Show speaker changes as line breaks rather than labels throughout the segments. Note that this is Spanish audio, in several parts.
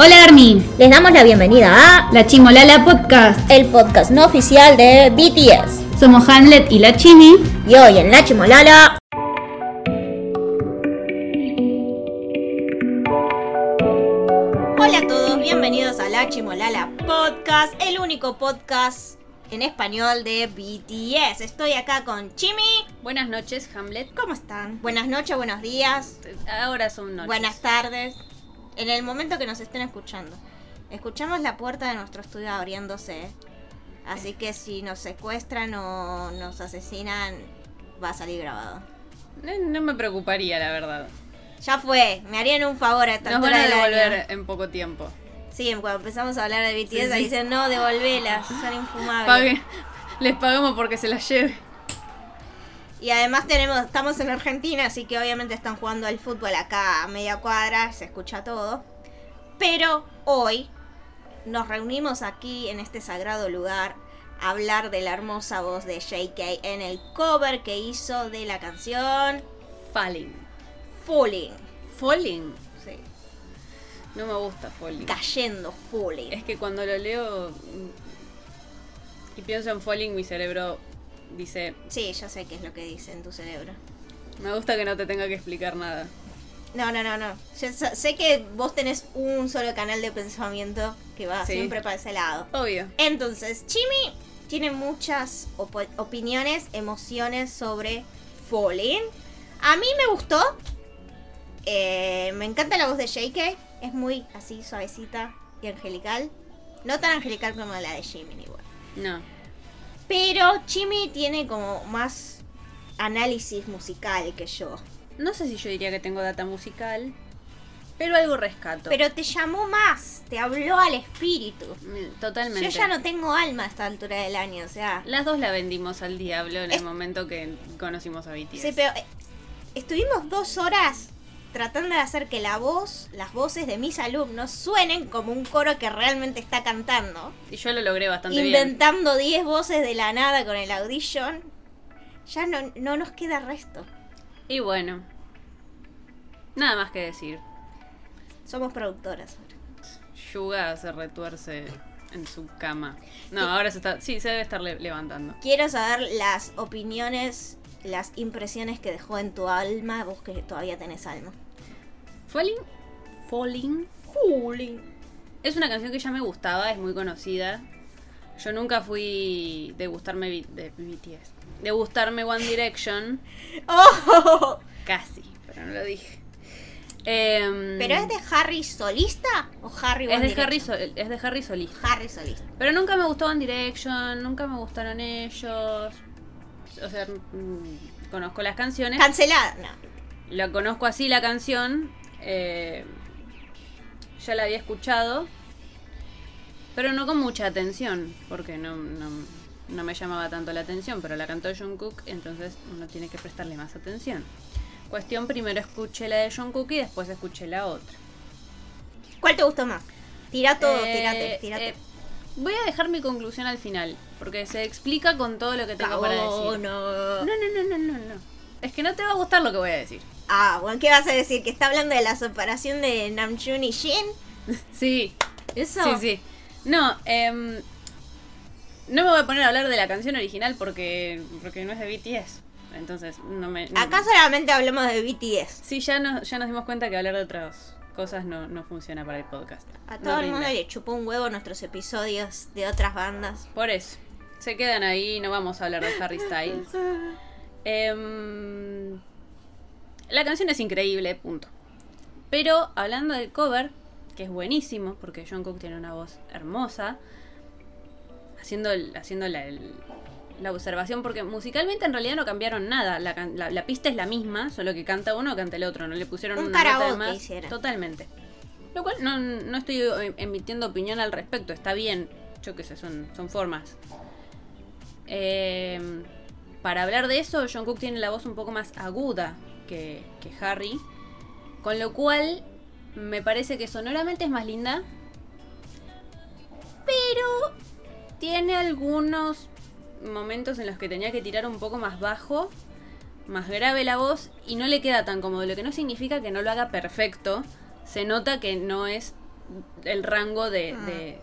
Hola Armin,
Les damos la bienvenida a
la Chimolala Podcast.
el podcast no oficial de BTS.
Somos Hamlet y la Chimi.
Y hoy en La Chimolala...
Hola a todos, bienvenidos a La Chimolala Podcast, el único podcast en español de BTS. Estoy acá con Chimi.
Buenas noches, Hamlet.
¿Cómo están? Buenas noches, buenos días,
Ahora son noches.
buenas tardes. En el momento que nos estén escuchando. Escuchamos la puerta de nuestro estudio abriéndose. Así que si nos secuestran o nos asesinan, va a salir grabado.
No, no me preocuparía, la verdad.
Ya fue, me harían un favor a esta
Nos van
altura
a
del año.
devolver en poco tiempo.
Sí, cuando empezamos a hablar de BTS,
Sí, sí.
ahí dicen, no, devolvelas, son infumables.
Pague- Les pagamos porque se las lleve.
Y además tenemos, estamos en Argentina, así que obviamente están jugando al fútbol acá a media cuadra, se escucha todo. Pero hoy nos reunimos aquí en este sagrado lugar a hablar de la hermosa voz de JK en el cover que hizo de la canción
Falling.
Falling.
Falling.
Sí,
No me gusta Falling.
cayendo Falling.
Es que cuando lo leo mm, y pienso en Falling, mi cerebro dice,
Sí, yo sé qué es lo que dice en tu cerebro.
me gusta que no te tenga que explicar nada.
No, no, no, no. Yo sé sé que vos tenés un solo canal de pensamiento que va
Sí.
siempre para ese lado.
Obvio.
Entonces, Chimi tiene muchas opo- opiniones, emociones sobre Falling. A mí me gustó. Eh, me encanta la voz de JK. Es muy así, suavecita y angelical. No tan angelical como la de Jimmy, igual.
No.
Pero Chimi tiene como más análisis musical que yo.
No sé si yo diría que tengo data musical, pero algo rescato.
Pero te llamó más, te habló al espíritu.
Mm, Totalmente.
Yo ya no tengo alma a esta altura del año, o sea.
Las dos la vendimos al diablo en
Es-
el momento que conocimos a BTS.
Sí, pero eh, estuvimos dos horas tratando de hacer que la voz, las voces de mis alumnos suenen como un coro que realmente está cantando.
Y yo lo logré bastante bien.
inventando 10 voces de la nada con el audition. Ya no, no nos queda resto.
Y bueno. Nada más que decir.
Somos productoras ahora.
Yuga se retuerce en su cama. No, ahora se está. Sí, se debe estar le- levantando.
Quiero saber las opiniones, las impresiones que dejó en tu alma, vos que todavía tenés alma.
Falling. Falling. Es una canción que ya me gustaba, es muy conocida. Yo nunca fui de gustarme B- de BTS. De gustarme One Direction.
¡Oh!
Casi, pero no lo dije. Em,
¿Pero es de Harry solista o Harry
es
One
de Harry,
Direction?
Sol- es de Harry Solís.
Harry solista.
Pero nunca me gustó One Direction, nunca me gustaron ellos. O sea, mm, conozco las canciones.
Cancelada, no.
La conozco así la canción. eh, ya la había escuchado. Pero no con mucha atención, porque no, no- no me llamaba tanto la atención. Pero la cantó Jungkook, entonces uno tiene que prestarle más atención. Cuestión, primero escuché la de Jungkook y después escuché la otra.
¿Cuál te gustó más? Tira todo,
Eh,
tirate, tirate.
eh, voy a dejar mi conclusión al final, porque se explica con todo lo que tengo para
Oh,
decir.
no.
No, no, no, no, no, no. Es que no te va a gustar lo que voy a decir.
Ah, bueno, ¿qué vas a decir? ¿Que está hablando de la separación de Namjoon y Shin?
Sí,
¿Eso?
sí, sí. No, em, no me voy a poner a hablar de la canción original porque, porque no es de BTS. Entonces, no me... no-
Acá solamente hablamos de BTS.
Sí, ya nos, ya nos dimos cuenta que hablar de otras cosas no, no funciona para el podcast.
A
No
todo el
rinde.
mundo le chupó un huevo nuestros episodios de otras bandas.
Por eso. Se quedan ahí, no vamos a hablar de Harry Styles. Em, la canción es increíble, punto. Pero hablando del cover, que es buenísimo, porque John Cook tiene una voz hermosa, haciendo, el- haciendo la, el- la observación, porque musicalmente en realidad no cambiaron nada. La, can- la- la pista es la misma, solo que canta uno o canta el otro. No le pusieron
Un
una nota de
karaoke
más.
hicieron.
Totalmente. Lo cual no, no estoy emitiendo opinión al respecto, está bien. Yo qué sé, son, son formas. Eh, para hablar de eso, John Cook tiene la voz un poco más aguda que, que Harry. Con lo cual, me parece que sonoramente es más linda. Pero tiene algunos momentos en los que tenía que tirar un poco más bajo, más grave la voz y no le queda tan cómodo. Lo que no significa que no lo haga perfecto. Se nota que no es el rango de, de-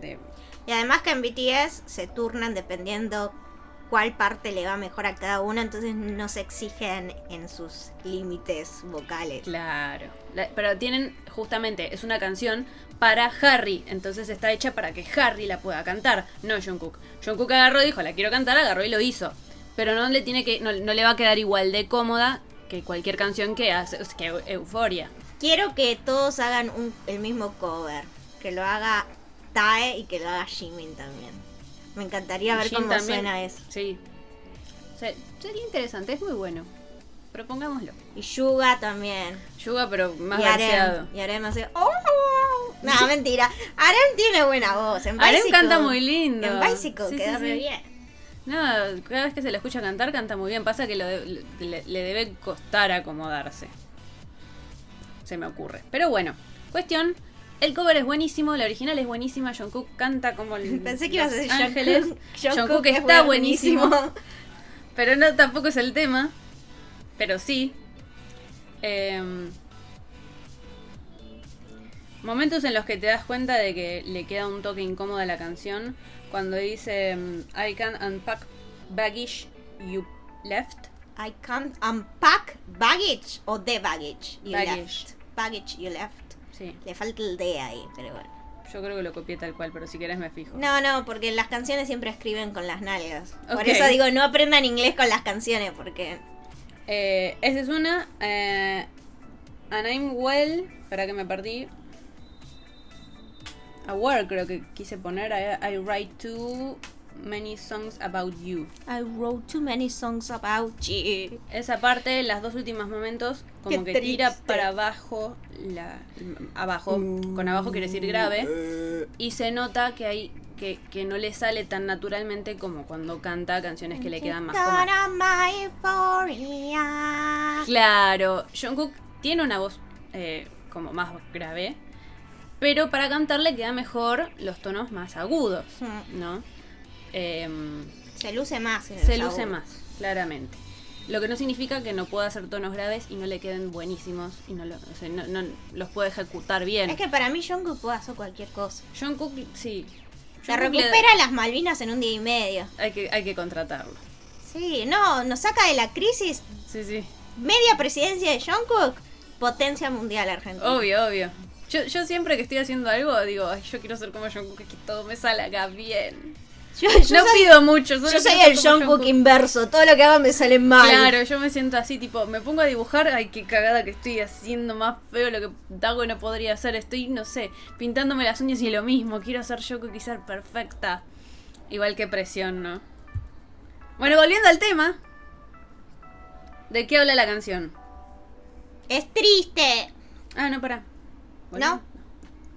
de-
Y además que en BTS se turnan dependiendo cuál parte le va mejor a cada uno, entonces no se exigen en sus límites vocales.
Claro. La- pero tienen, justamente, es una canción para Harry. Entonces está hecha para que Harry la pueda cantar, no Jungkook. Jungkook agarró y dijo, la quiero cantar, agarró y lo hizo. Pero no le tiene que no, no le va a quedar igual de cómoda que cualquier canción que hace, que Euforia.
Quiero que todos hagan un- el mismo cover, que lo haga Tae y que lo haga Jimin también. Me encantaría ver
Jin
cómo
también.
suena eso.
Sí. Se- sería interesante, es muy bueno. Propongámoslo.
Y Yuga también.
Yuga, pero más
y
verseado.
Arem. Y Arem hace. "Oh, oh, oh". No, mentira. Arem tiene buena voz. En
Arem
Bicycle-
canta muy lindo.
En Bicycle
Sí,
queda
sí,
re
sí.
bien.
No, cada vez que se la escucha cantar, canta muy bien. Pasa que lo de- le, le debe costar acomodarse. Se me ocurre. Pero bueno, cuestión. El cover es buenísimo, la original es buenísima. Jungkook canta como el-
Pensé que ibas a decir
Los
John
Ángeles.
Cook.
Jungkook,
Cook es
está buenísimo. Pero no, tampoco es el tema. Pero sí. Em, momentos en los que te das cuenta de que le queda un toque incómodo a la canción. Cuando dice em, I can unpack baggage you left.
I can't unpack baggage o the baggage you
Baggage.
left. Baggage you left.
Sí,
Le falta el D ahí, pero bueno.
yo creo que lo copié tal cual, pero si querés me fijo.
No, no, porque las canciones siempre escriben con las nalgas. Por
Ok.
eso digo, no aprendan inglés con las canciones, porque
Eh, esa es una. eh, and I'm well. Para que me perdí. A word creo que quise poner. I, I write too many songs about you.
I wrote too many songs about you.
Esa parte, las dos últimos momentos, como
Qué
que tira
triste.
para abajo. La, abajo,
Mm.
con abajo quiere decir grave. Y se nota que hay. Que, que no le sale tan naturalmente como cuando canta canciones que le quedan más como
Got my euphoria.
Claro, Jungkook tiene una voz eh, como más grave, pero para cantar le queda mejor los tonos más agudos,
Mm.
¿no? Em,
Se luce más. en el
se luce
sabor.
más, claramente. Lo que no significa que no pueda hacer tonos graves y no le queden buenísimos y no, lo- o sea, no- no los puede ejecutar bien.
Es que para mí Jungkook puede hacer cualquier cosa.
Jungkook, sí.
Se
Jungkook le-
recupera las Malvinas en un día y medio.
hay, que, hay que contratarlo.
Sí, no, nos saca de la crisis
Sí, sí.
media presidencia de Jungkook, potencia mundial argentina.
Obvio, obvio. Yo, yo siempre que estoy haciendo algo digo, "Ay, yo quiero ser como Jungkook, que todo me salga bien.
Yo, yo
no
soy,
pido mucho. Solo
yo soy
quiero
el
ser como
Jungkook inverso, todo lo que hago me sale mal.
Claro, yo me siento así, tipo, me pongo a dibujar, ay, qué cagada que estoy haciendo, más feo lo que hago y no podría hacer. Estoy, no sé, pintándome las uñas y lo mismo, quiero ser yo que ser perfecta. Igual que presión, ¿no? Bueno, volviendo al tema. ¿De qué habla la canción?
Es triste.
Ah, no, pará.
No.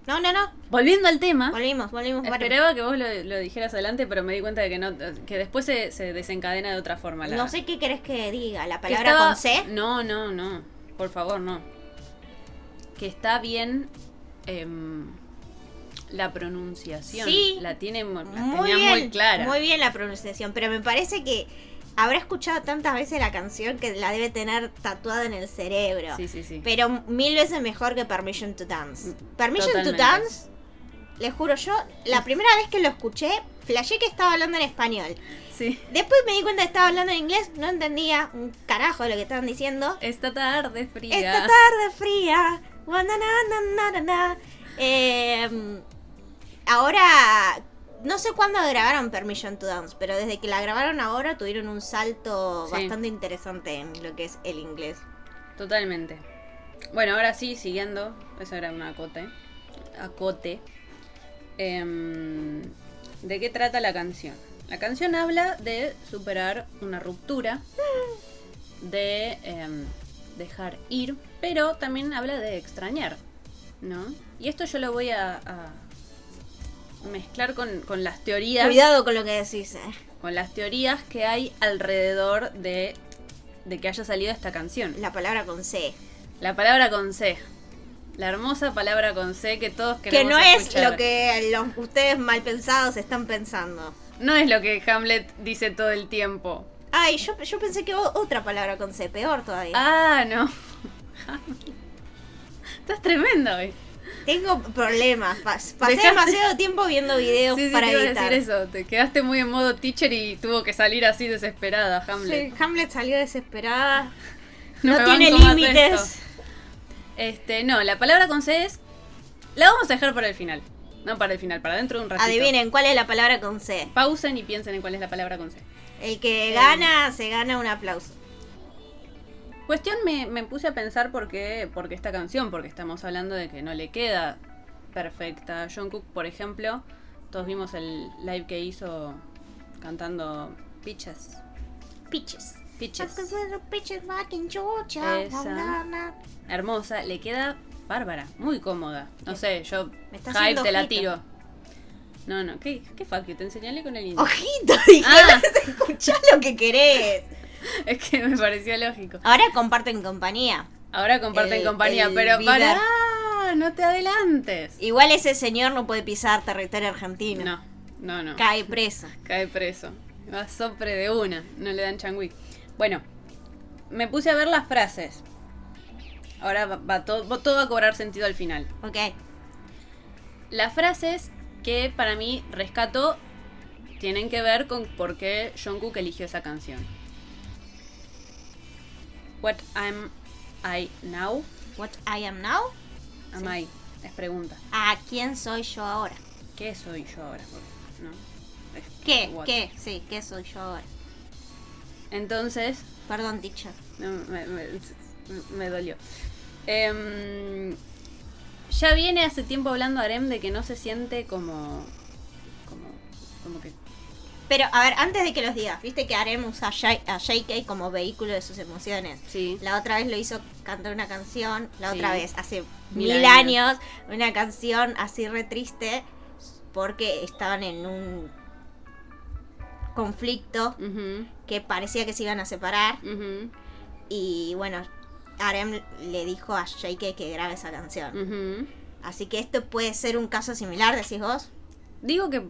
No, no, no.
Volviendo al tema.
Volvimos, volvimos. bueno.
Esperaba que vos lo, lo dijeras adelante, pero me di cuenta de que no, que después se, se desencadena de otra forma. La,
No sé qué querés que diga. ¿La
Que
palabra
estaba- Mm,
con C?
No, no, no. Por favor, no. Que está bien em, la pronunciación.
Sí.
La tiene mo- la
Muy
tenía
bien.
muy clara.
Muy bien la pronunciación. Pero me parece que habrá escuchado tantas veces la canción que la debe tener tatuada en el cerebro.
Sí, sí, sí.
Pero mil veces mejor que Permission to Dance. Permission
totalmente.
to Dance, les juro yo, la primera vez que lo escuché, flashé que estaba hablando en español.
Sí.
Después me di cuenta que estaba hablando en inglés, no entendía un carajo de lo que estaban diciendo.
Esta tarde fría.
Esta tarde fría. guananananana. Eh, ahora, no sé cuándo grabaron Permission to Dance, pero desde que la grabaron ahora tuvieron un salto
Sí.
bastante interesante en lo que es el inglés.
Totalmente. Bueno, ahora sí, siguiendo. Eso era un acote. Acote. Em, ¿De qué trata la canción? La canción habla de superar una ruptura, de em, dejar ir, pero también habla de extrañar, ¿no? Y esto yo lo voy a, a mezclar con, con las teorías
Cuidado con lo que decís. eh.
con las teorías que hay alrededor de, de que haya salido esta canción.
La palabra con C.
La palabra con C. La hermosa palabra con C que todos
que
queremos
no es
escuchar.
lo que los, ustedes mal pensados están pensando.
No es lo que Hamlet dice todo el tiempo.
Ay, yo, yo pensé que o- otra palabra con C, peor todavía.
Ah, no. Hamlet. Estás tremendo hoy.
Tengo problemas. pas- pasé
Dejaste-
demasiado tiempo viendo videos
Sí, sí,
para
te iba a
editar.
decir eso. Te quedaste muy en modo teacher y tuvo que salir así desesperada, Hamlet.
Sí, Hamlet salió desesperada.
No
No,
me
tiene
banco más
límites.
esto. Este, no, la palabra con C es. La vamos a dejar para el final. No para el final, para dentro de un ratito.
Adivinen cuál es la palabra con C.
Pausen y piensen en cuál es la palabra con C.
El
Eh.
que gana se gana un aplauso.
Cuestión me, me puse a pensar por qué, por qué esta canción, porque estamos hablando de que no le queda perfecta. John Cook, por ejemplo, todos vimos el live que hizo cantando Pitches.
Pitches.
Pitches.
Ah, Pitches back in Georgia.
Esa.
Na, na, na.
Hermosa, le queda bárbara, muy cómoda. No sé, yo
Me está
hype
haciendo
te la
ojito.
tiro. No, no, ¿qué, qué fuck you? Te enseñale con el índice.
Ojito, dije,
Ah.
escuchá lo que querés.
Es que me pareció lógico.
Ahora comparten compañía.
Ahora comparten
El-
compañía,
el
pero
viver.
pará, no te adelantes.
Igual ese señor no puede pisar territorio argentino.
No, no, no.
Cae preso.
Cae preso. Va sopre de una. No le dan changüí. Bueno, me puse a ver las frases. Ahora va, va todo, va- todo va a cobrar sentido al final.
Ok.
Las frases que para mí rescato tienen que ver con por qué Jungkook eligió esa canción. What am I now?
What I am now?
Am I? Es pregunta.
¿A quién soy yo ahora?
¿Qué soy yo ahora? Porque, ¿no? Es
¿Qué?
what.
¿Qué? Sí, ¿qué soy yo ahora?
Entonces,
Perdón, teacher.
No, me, me- me dolió. Em, ya viene hace tiempo hablando Arem de que no se siente como. como. como que.
Pero, a ver, antes de que los digas, viste que Arem usa a J- a JK como vehículo de sus emociones.
Sí.
La otra vez lo hizo cantar una canción, la
Sí.
otra vez, hace
Mil
mil,
años.
años. una canción así re triste porque estaban en un conflicto
Ujú,
que parecía que se iban a separar
ujú,
y bueno, Arem le dijo a JK que grabe esa canción.
ujú.
Así que esto puede ser un caso similar, decís vos.
Digo que.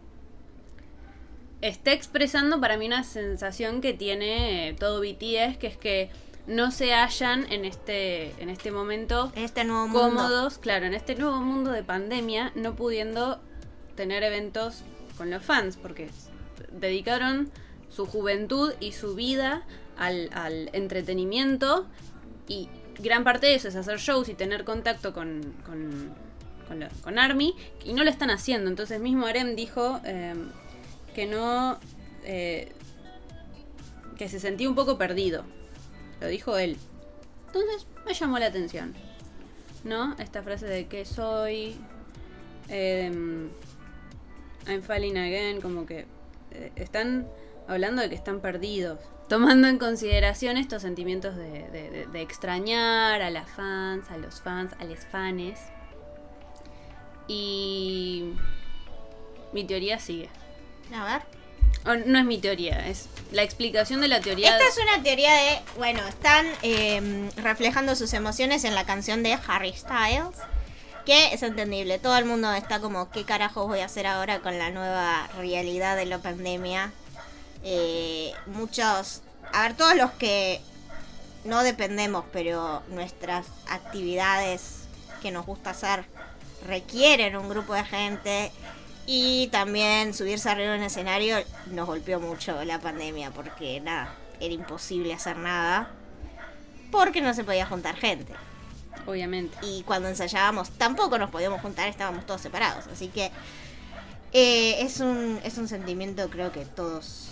Está expresando para mí una sensación que tiene eh, todo BTS, que es que no se hallan en este, en este momento
En este nuevo mundo.
cómodos, claro, en este nuevo mundo de pandemia, no pudiendo tener eventos con los fans, porque s- dedicaron su juventud y su vida al, al entretenimiento y gran parte de eso es hacer shows y tener contacto con, con, con, lo- con Army y no lo están haciendo. Entonces mismo Arem dijo eh, que no... eh, que se sentía un poco perdido. Lo dijo él. Entonces me llamó la atención. ¿no? Esta frase de que soy. em, I'm falling again, como que eh, están hablando de que están perdidos. Tomando en consideración estos sentimientos de, de- de- de extrañar a las fans, a los fans, a los fanes. Y. Mi teoría sigue.
A ver.
O, no es mi teoría, es la explicación de la teoría.
Esta es una teoría de, bueno, están eh, reflejando sus emociones en la canción de Harry Styles, que es entendible. Todo el mundo está como, ¿qué carajos voy a hacer ahora con la nueva realidad de la pandemia? Eh, muchos, a ver, todos los que no dependemos, pero nuestras actividades que nos gusta hacer requieren un grupo de gente. Y también subirse arriba en escenario nos golpeó mucho la pandemia porque nada, era imposible hacer nada porque no se podía juntar gente.
Obviamente.
Y cuando ensayábamos tampoco nos podíamos juntar, estábamos todos separados. Así que eh, es, un, es un sentimiento creo que todos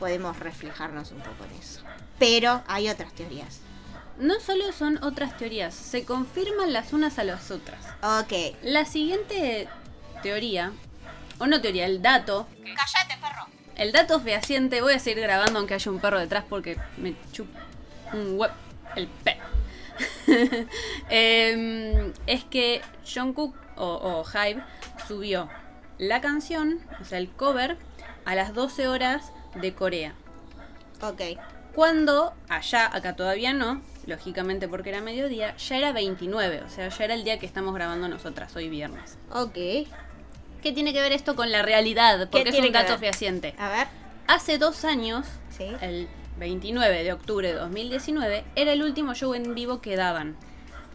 podemos reflejarnos un poco en eso. Pero hay otras teorías.
No solo son otras teorías, se confirman las unas a las otras.
Ok.
La siguiente teoría, o no teoría, el dato,
Cállate, perro.
el dato fehaciente, voy a seguir grabando aunque haya un perro detrás porque me chupa un web el pe. Em, es que John Cook o, o Hybe subió la canción, o sea, el cover, a las 12 horas de Corea.
Ok.
Cuando allá, acá todavía no, lógicamente porque era mediodía, ya era 29, o sea, ya era el día que estamos grabando nosotras, hoy viernes.
Ok.
¿Qué tiene que ver esto con la realidad? Porque es
tiene
un
que
dato
ver?
fehaciente.
A ver.
Hace dos años,
Sí.
el 29 de octubre de 2019, era el último show en vivo que daban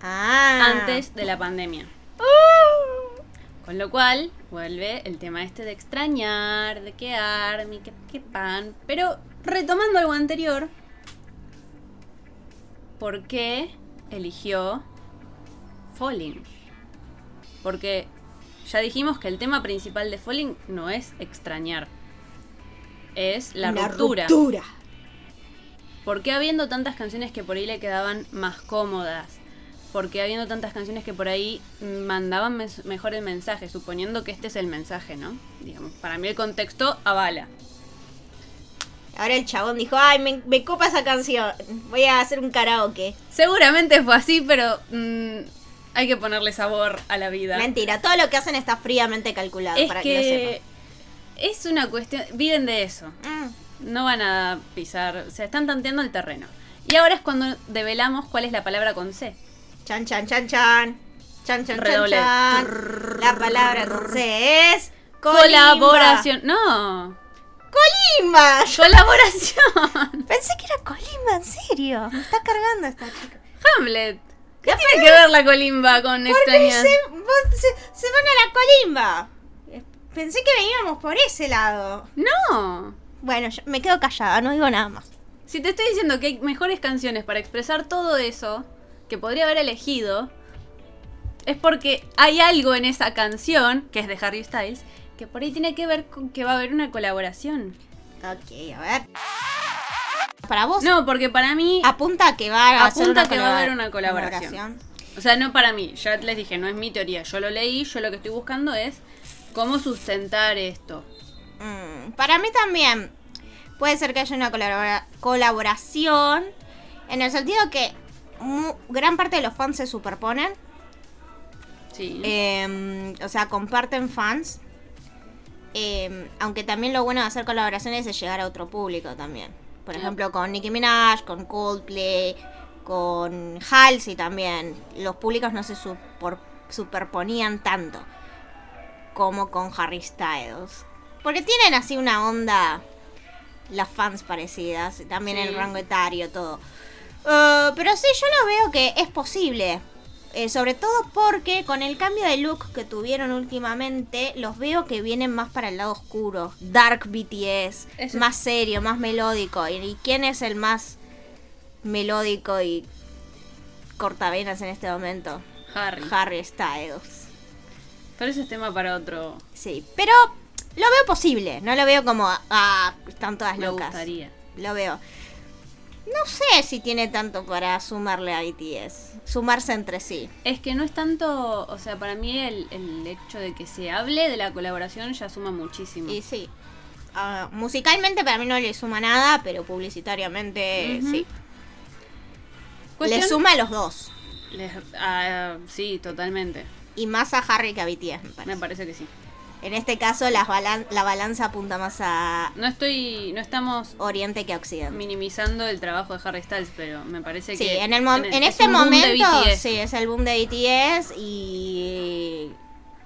Ah.
antes de la pandemia. Con lo cual, vuelve el tema este de extrañar, de qué army, qué, qué pan. Pero retomando algo anterior, ¿por qué eligió Falling? Porque ya dijimos que el tema principal de Falling no es extrañar, es la, ruptura. ¿Por qué habiendo tantas canciones que por ahí le quedaban más cómodas? ¿Por qué habiendo tantas canciones que por ahí mandaban mes- mejor el mensaje? Suponiendo que este es el mensaje, ¿no? Digamos, para mí el contexto avala.
Ahora el chabón dijo, ay, me, me copa esa canción. Voy a hacer un karaoke.
Seguramente fue así, pero mm, hay que ponerle sabor a la vida.
Mentira, todo lo que hacen está fríamente calculado,
es
para que,
que es una cuestión... Viven de eso.
lo sepan. Mm.
No van a pisar... O sea, están tanteando el terreno. Y ahora es cuando develamos cuál es la palabra con C.
Chan, chan, chan, chan. Chan, chan, chan,
Redoble.
chan. La palabra con C es... colimba.
Colaboración. No.
¡Colimba! Yo
Colaboración.
pensé que era colimba, en serio. Me está cargando esta chica.
Hamlet. ¿Qué tiene que ver la colimba con
Porque
extrañar?
se, vos- se- se van a la colimba. Eh, Pensé que veníamos por ese lado.
No.
Bueno, yo me quedo callada, no digo nada más.
Si te estoy diciendo que hay mejores canciones para expresar todo eso que podría haber elegido, es porque hay algo en esa canción, que es de Harry Styles, que por ahí tiene que ver con que va a haber una colaboración.
Ok, a ver. Para vos,
No, porque para mí...
apunta a que va a hacer
Apunta
una
que va a haber
colabora-
una colaboración. O sea, no para mí, ya les dije, no es mi teoría, yo lo leí, yo lo que estoy buscando es cómo sustentar esto.
colaboración. Mm, para mí también. Puede ser que haya una colabora- colaboración. En el sentido que mu- gran parte de los fans se superponen.
Sí.
Eh, o sea, comparten fans. Eh, aunque también lo bueno de hacer colaboraciones es llegar a otro público también. Por
Ah.
ejemplo, con Nicki Minaj, con Coldplay, con Halsey también. Los públicos no se supor- superponían tanto como con Harry Styles. Porque tienen así una onda las fans parecidas, también
Sí.
el rango etario, todo. Eh, pero sí, yo lo veo que es posible. Eh, sobre todo porque con el cambio de look que tuvieron últimamente, los veo que vienen más para el lado oscuro. Dark BTS,
Eso.
más serio, más melódico. ¿Y, y quién es el más melódico y cortavenas en este momento?
Harry.
Harry Styles.
Pero ese es tema para otro.
Sí, pero lo veo posible. No lo veo como, ah, están todas
Me
locas.
gustaría.
Lo veo. No sé si tiene tanto para sumarle a BTS. Sumarse entre sí.
Es que no es tanto, o sea, para mí el, el hecho de que se hable de la colaboración ya suma muchísimo.
Y sí. Ah, musicalmente para mí no le suma nada, pero publicitariamente
Ujú.
sí.
Cuestión-
Le suma a los dos.
les- ah, sí, totalmente.
Y más a Harry que a BTS, me
Me
parece.
parece que sí.
En este caso las balan- la balanza apunta más a
No estoy, no estamos
Oriente que a Occidente.
minimizando el trabajo de Harry Styles, pero me parece
Sí,
que
en, el mom- en,
es
este
un boom de
momento
BTS.
sí, es el boom de BTS y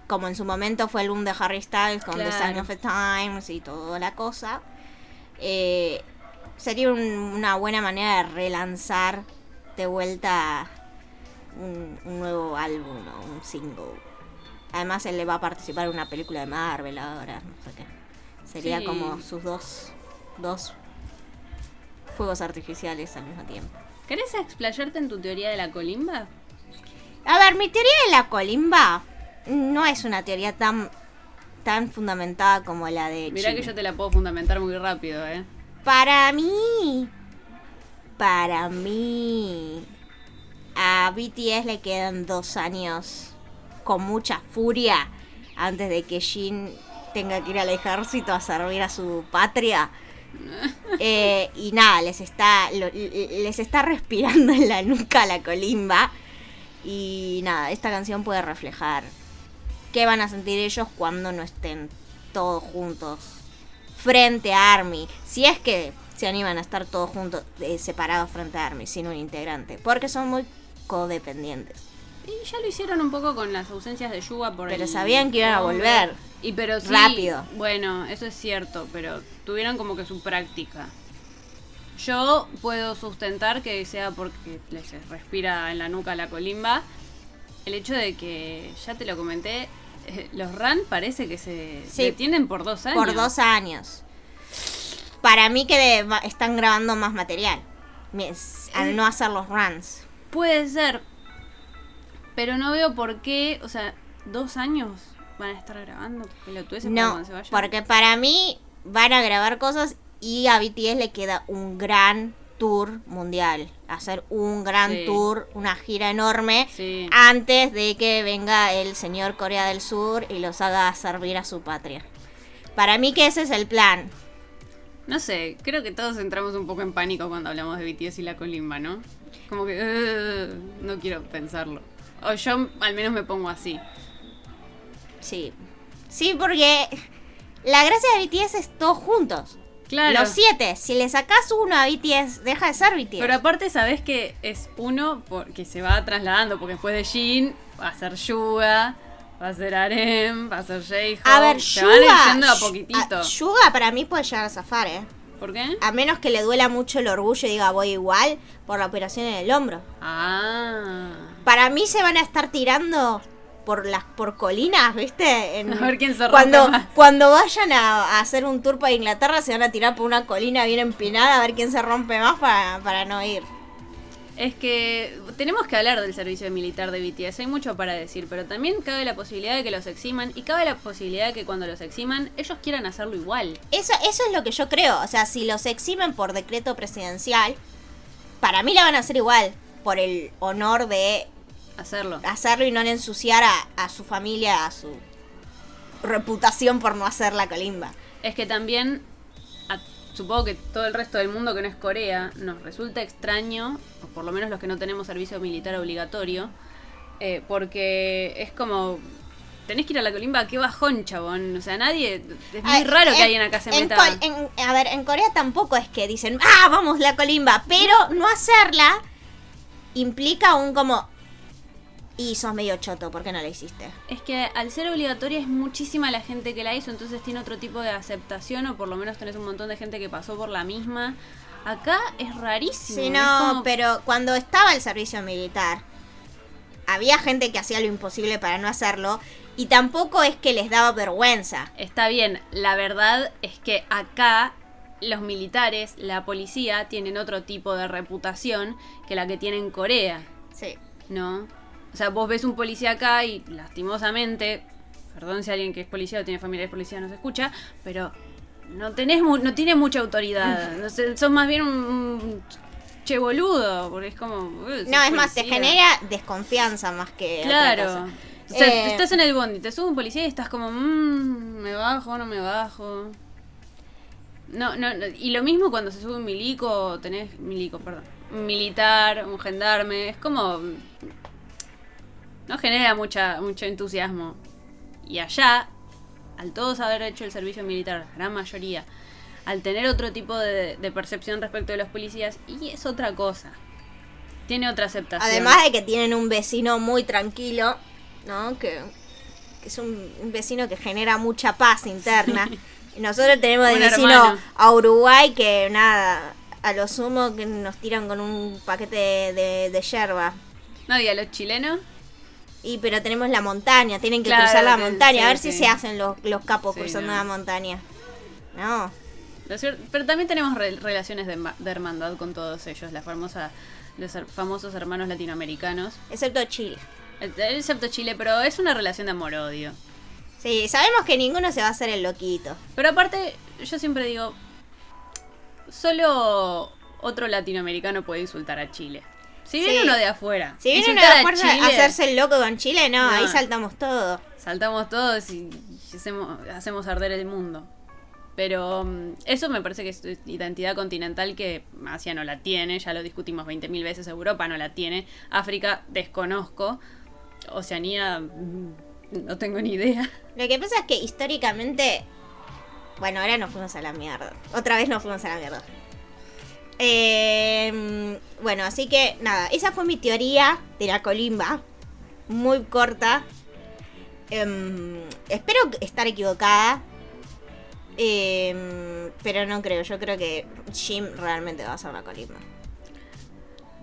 como en su momento fue el boom de Harry Styles con The Sign
Claro.
of the Times y toda la cosa, eh, sería un- una buena manera de relanzar de vuelta un, un nuevo álbum o un single. Además él le va a participar en una película de Marvel ahora, no sé qué. Sería
Sí.
como sus dos, dos fuegos artificiales al mismo tiempo.
¿Querés explayarte en tu teoría de la colimba?
A ver, mi teoría de la colimba no es una teoría tan, tan fundamentada como la de
Mirá que
Chile.
yo te la puedo fundamentar muy rápido, ¿eh?
Para mí, para mí, a BTS le quedan dos años con mucha furia antes de que Jin tenga que ir al ejército a servir a su patria. Eh, y nada, les está, lo- les está respirando en la nuca la colimba. Y nada, esta canción puede reflejar qué van a sentir ellos cuando no estén todos juntos frente a Army. Si es que se animan a estar todos juntos, eh, separados frente a Army, sin un integrante. Porque son muy codependientes.
Y ya lo hicieron un poco con las ausencias de Yuga por
Pero
el-
sabían que iban a volver.
Y pero sí,
Rápido.
Bueno, eso es cierto, pero tuvieron como que su práctica. Yo puedo sustentar que sea porque les respira en la nuca la colimba. El hecho de que, ya te lo comenté, eh, los RAN parece que se
Sí.
detienen por dos años.
Por dos años. Para mí que de- va- están grabando más material. Mis- Al no hacer los runs.
Puede ser. Pero no veo por qué, o sea, dos años van a estar grabando pelotudeces para
No,
cuando se vayan.
porque para mí van a grabar cosas y a BTS le queda un gran tour mundial. Hacer un gran
Sí.
tour, una gira enorme.
Sí.
Antes de que venga el señor Corea del Sur y los haga servir a su patria. Para mí que ese es el plan.
No sé, creo que todos entramos un poco en pánico cuando hablamos de BTS y la colimba, ¿no? Como que "Ugh", no quiero pensarlo. O yo al menos me pongo así.
Sí. Sí, porque la gracia de BTS es todos juntos.
Claro.
Los siete. Si le sacas uno a BTS, deja de ser BTS.
Pero aparte sabes que es uno porque se va trasladando, porque después de Jin va a ser Yuga, va a ser Arem, va a ser J-Hope.
a ver,
se
Yuga.
van yendo a
Sh-
poquitito.
a- Yuga para mí puede llegar a zafar, ¿eh?
¿Por qué?
A menos que le duela mucho el orgullo y diga voy igual por la operación en el hombro.
Ah.
Para mí se van a estar tirando por las por colinas, ¿viste? En-
A ver quién se rompe
cuando,
más.
cuando vayan a, a hacer un tour para Inglaterra se van a tirar por una colina bien empinada a ver quién se rompe más para, para no ir.
Es que tenemos que hablar del servicio militar de BTS, hay mucho para decir, pero también cabe la posibilidad de que los eximan y cabe la posibilidad de que cuando los eximan ellos quieran hacerlo igual.
Eso, eso es lo que yo creo. O sea, si los eximen por decreto presidencial, para mí la van a hacer igual. Por el honor de
Hacerlo.
hacerlo y no ensuciar a, a su familia, a su reputación por no hacer la colimba.
Es que también a- supongo que todo el resto del mundo que no es Corea nos resulta extraño, o por lo menos los que no tenemos servicio militar obligatorio, eh, porque es como... Tenés que ir a la colimba, qué bajón, chabón. O sea, nadie... Es muy
Ay,
raro que
en-
alguien acá se
en
meta...
Col- en- a ver, en Corea tampoco es que dicen, ah, vamos la colimba, pero no hacerla implica un como, y sos medio choto, ¿por qué no la hiciste?
Es que al ser obligatoria es muchísima la gente que la hizo, entonces tiene otro tipo de aceptación o por lo menos tenés un montón de gente que pasó por la misma. Acá es rarísimo. ¿eh?
Sí,
es
no,
como-
pero cuando estaba el servicio militar, había gente que hacía lo imposible para no hacerlo y tampoco es que les daba vergüenza.
Está bien, la verdad es que acá los militares, la policía, tienen otro tipo de reputación que la que tiene en Corea,
Sí.
¿no? O sea, vos ves un policía acá y lastimosamente, perdón si alguien que es policía o tiene familia de policía nos escucha, pero no tenés mu- no tiene mucha autoridad. No sé, sos más bien un, un che boludo, porque es como. "Eh, sos
No, es más, te
policía".
genera desconfianza más que... otra
Claro.
cosa.
O sea,
Eh,
estás en el bondi, te sube un policía y estás como, "Mm, me bajo, no me bajo. No, no, no, y lo mismo cuando se sube un milico, tenés milico, perdón, un militar, un gendarme, es como no genera mucha mucho entusiasmo. Y allá, al todos haber hecho el servicio militar, la gran mayoría, al tener otro tipo de, de percepción respecto de los policías, y es otra cosa. Tiene otra aceptación.
Además de que tienen un vecino muy tranquilo, ¿no? Que, que es un, un vecino que genera mucha paz interna. Y nosotros tenemos de
Un
vecino
hermano.
a Uruguay que nada, a lo sumo que nos tiran con un paquete de, de, de yerba.
No, y a los chilenos.
Y pero tenemos la montaña, tienen que
Claro,
cruzar la
que-
montaña, a
sí,
ver si
sí.
se hacen los, los capos
Sí,
cruzando
no.
la montaña. No.
Lo cier- Pero también tenemos re- relaciones de, ma- de hermandad con todos ellos, la famosa, los her- famosos hermanos latinoamericanos,
Excepto Chile.
Eh, excepto Chile, pero es una relación de amor-odio.
Sí, sabemos que ninguno se va a hacer el loquito.
Pero aparte, yo siempre digo, solo otro latinoamericano puede insultar a Chile. Si viene
Sí.
uno de afuera,
Si viene
insultar
una fuerza a hacerse el loco con Chile, no,
No.
ahí saltamos todo.
saltamos todos y y hacemos, hacemos arder el mundo. Pero mm, eso me parece que es identidad continental que Asia no la tiene, ya lo discutimos 20.000 veces, Europa no la tiene, África desconozco, Oceanía mm, no tengo ni idea.
Lo que pasa es que históricamente. Bueno, ahora nos fuimos a la mierda. Otra vez nos fuimos a la mierda. Eh, bueno, así que nada, esa fue mi teoría de la colimba. Muy corta. Em, espero estar equivocada. Em, pero no creo, yo creo que Jim realmente va a hacer la colimba.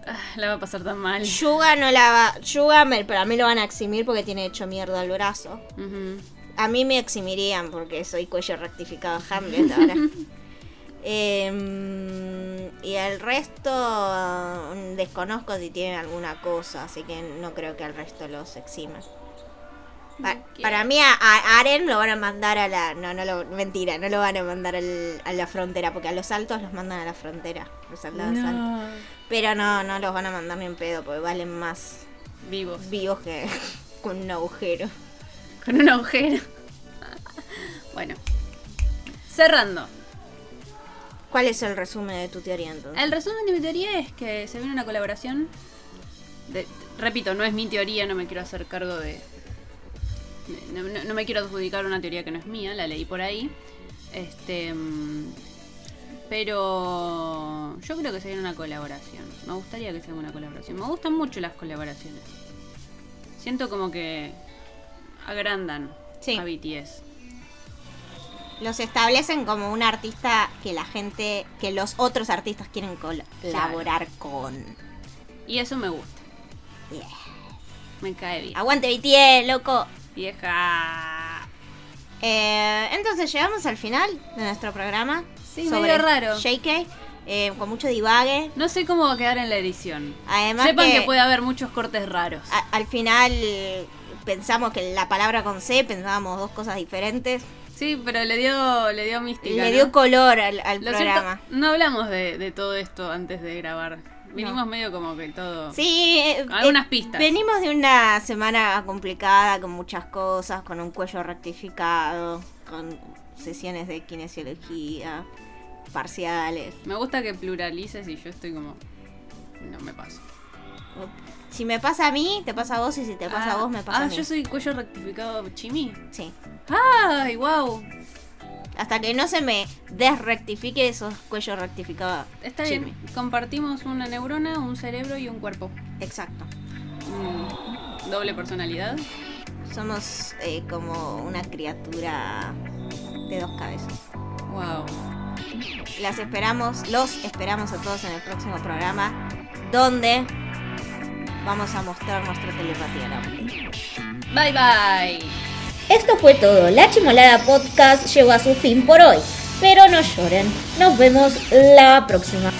Ah, La va a pasar tan mal.
Yuga no la va. Yuga, me- para mí lo van a eximir porque tiene hecho mierda el brazo.
Ujú.
A mí me eximirían porque soy cuello rectificado Hamlet ahora. Em, y el resto mm, desconozco si tienen alguna cosa, así que no creo que el resto los exima. Pa-
Ok.
Para mí a, a Aren lo van a mandar a la... No, no lo... Mentira, no lo van a mandar al- a la frontera, porque a los altos los mandan a la frontera. Los soldados altos.
No.
Pero no, no los van a mandar ni en pedo, porque valen más
Vivos.
vivos que con un agujero.
Con un agujero. bueno. Cerrando.
¿Cuál es el resumen de tu teoría entonces?
El resumen de mi teoría es que se viene una colaboración. de- repito, no es mi teoría, no me quiero hacer cargo de. No, no- no me quiero adjudicar una teoría que no es mía, la leí por ahí. Este. mm, Pero. Yo creo que se viene una colaboración. Me gustaría que se haga una colaboración. Me gustan mucho las colaboraciones. Siento como que. agrandan
Sí.
a BTS.
Eh, Los establecen como un artista que la gente, que los otros artistas quieren col- colaborar con.
Y eso me gusta.
Yeah.
Me cae bien.
Aguante BTS, loco.
Vieja.
Eh, entonces llegamos al final de nuestro programa.
Sí, medio raro.
JK, eh, con mucho divague.
No sé cómo va a quedar en la edición.
Además
Sepan que...
que-
puede haber muchos cortes raros.
A- al final eh, pensamos que la palabra con C pensábamos dos cosas diferentes.
Sí, pero le dio, le dio mística.
Le
¿no?
dio color al, al
Lo cierto,
programa.
no hablamos de, de todo esto antes de grabar. Vinimos medio como que todo.
Sí, eh,
Algunas
eh,
pistas.
Venimos de una semana complicada con muchas cosas, con un cuello rectificado, con sesiones de kinesiología, parciales.
Me gusta que pluralices y yo estoy como. No me paso.
Si me pasa a mí, te pasa a vos y si te pasa
Ah,
a vos, me pasa
Ah,
a mí.
yo soy cuello rectificado chimi.
Sí.
¡Ay, wow!
Hasta que no se me desrectifique esos cuellos rectificados.
Está
Sí.
bien. Compartimos una neurona, un cerebro y un cuerpo.
Exacto.
Mm, doble personalidad.
Somos eh, como una criatura de dos cabezas.
Wow.
Las esperamos, los esperamos a todos en el próximo programa, donde vamos a mostrar nuestra telepatía. ¿no?
Bye bye.
Esto fue todo. La Chimolada Podcast llegó a su fin por hoy. Pero no lloren. Nos vemos la próxima.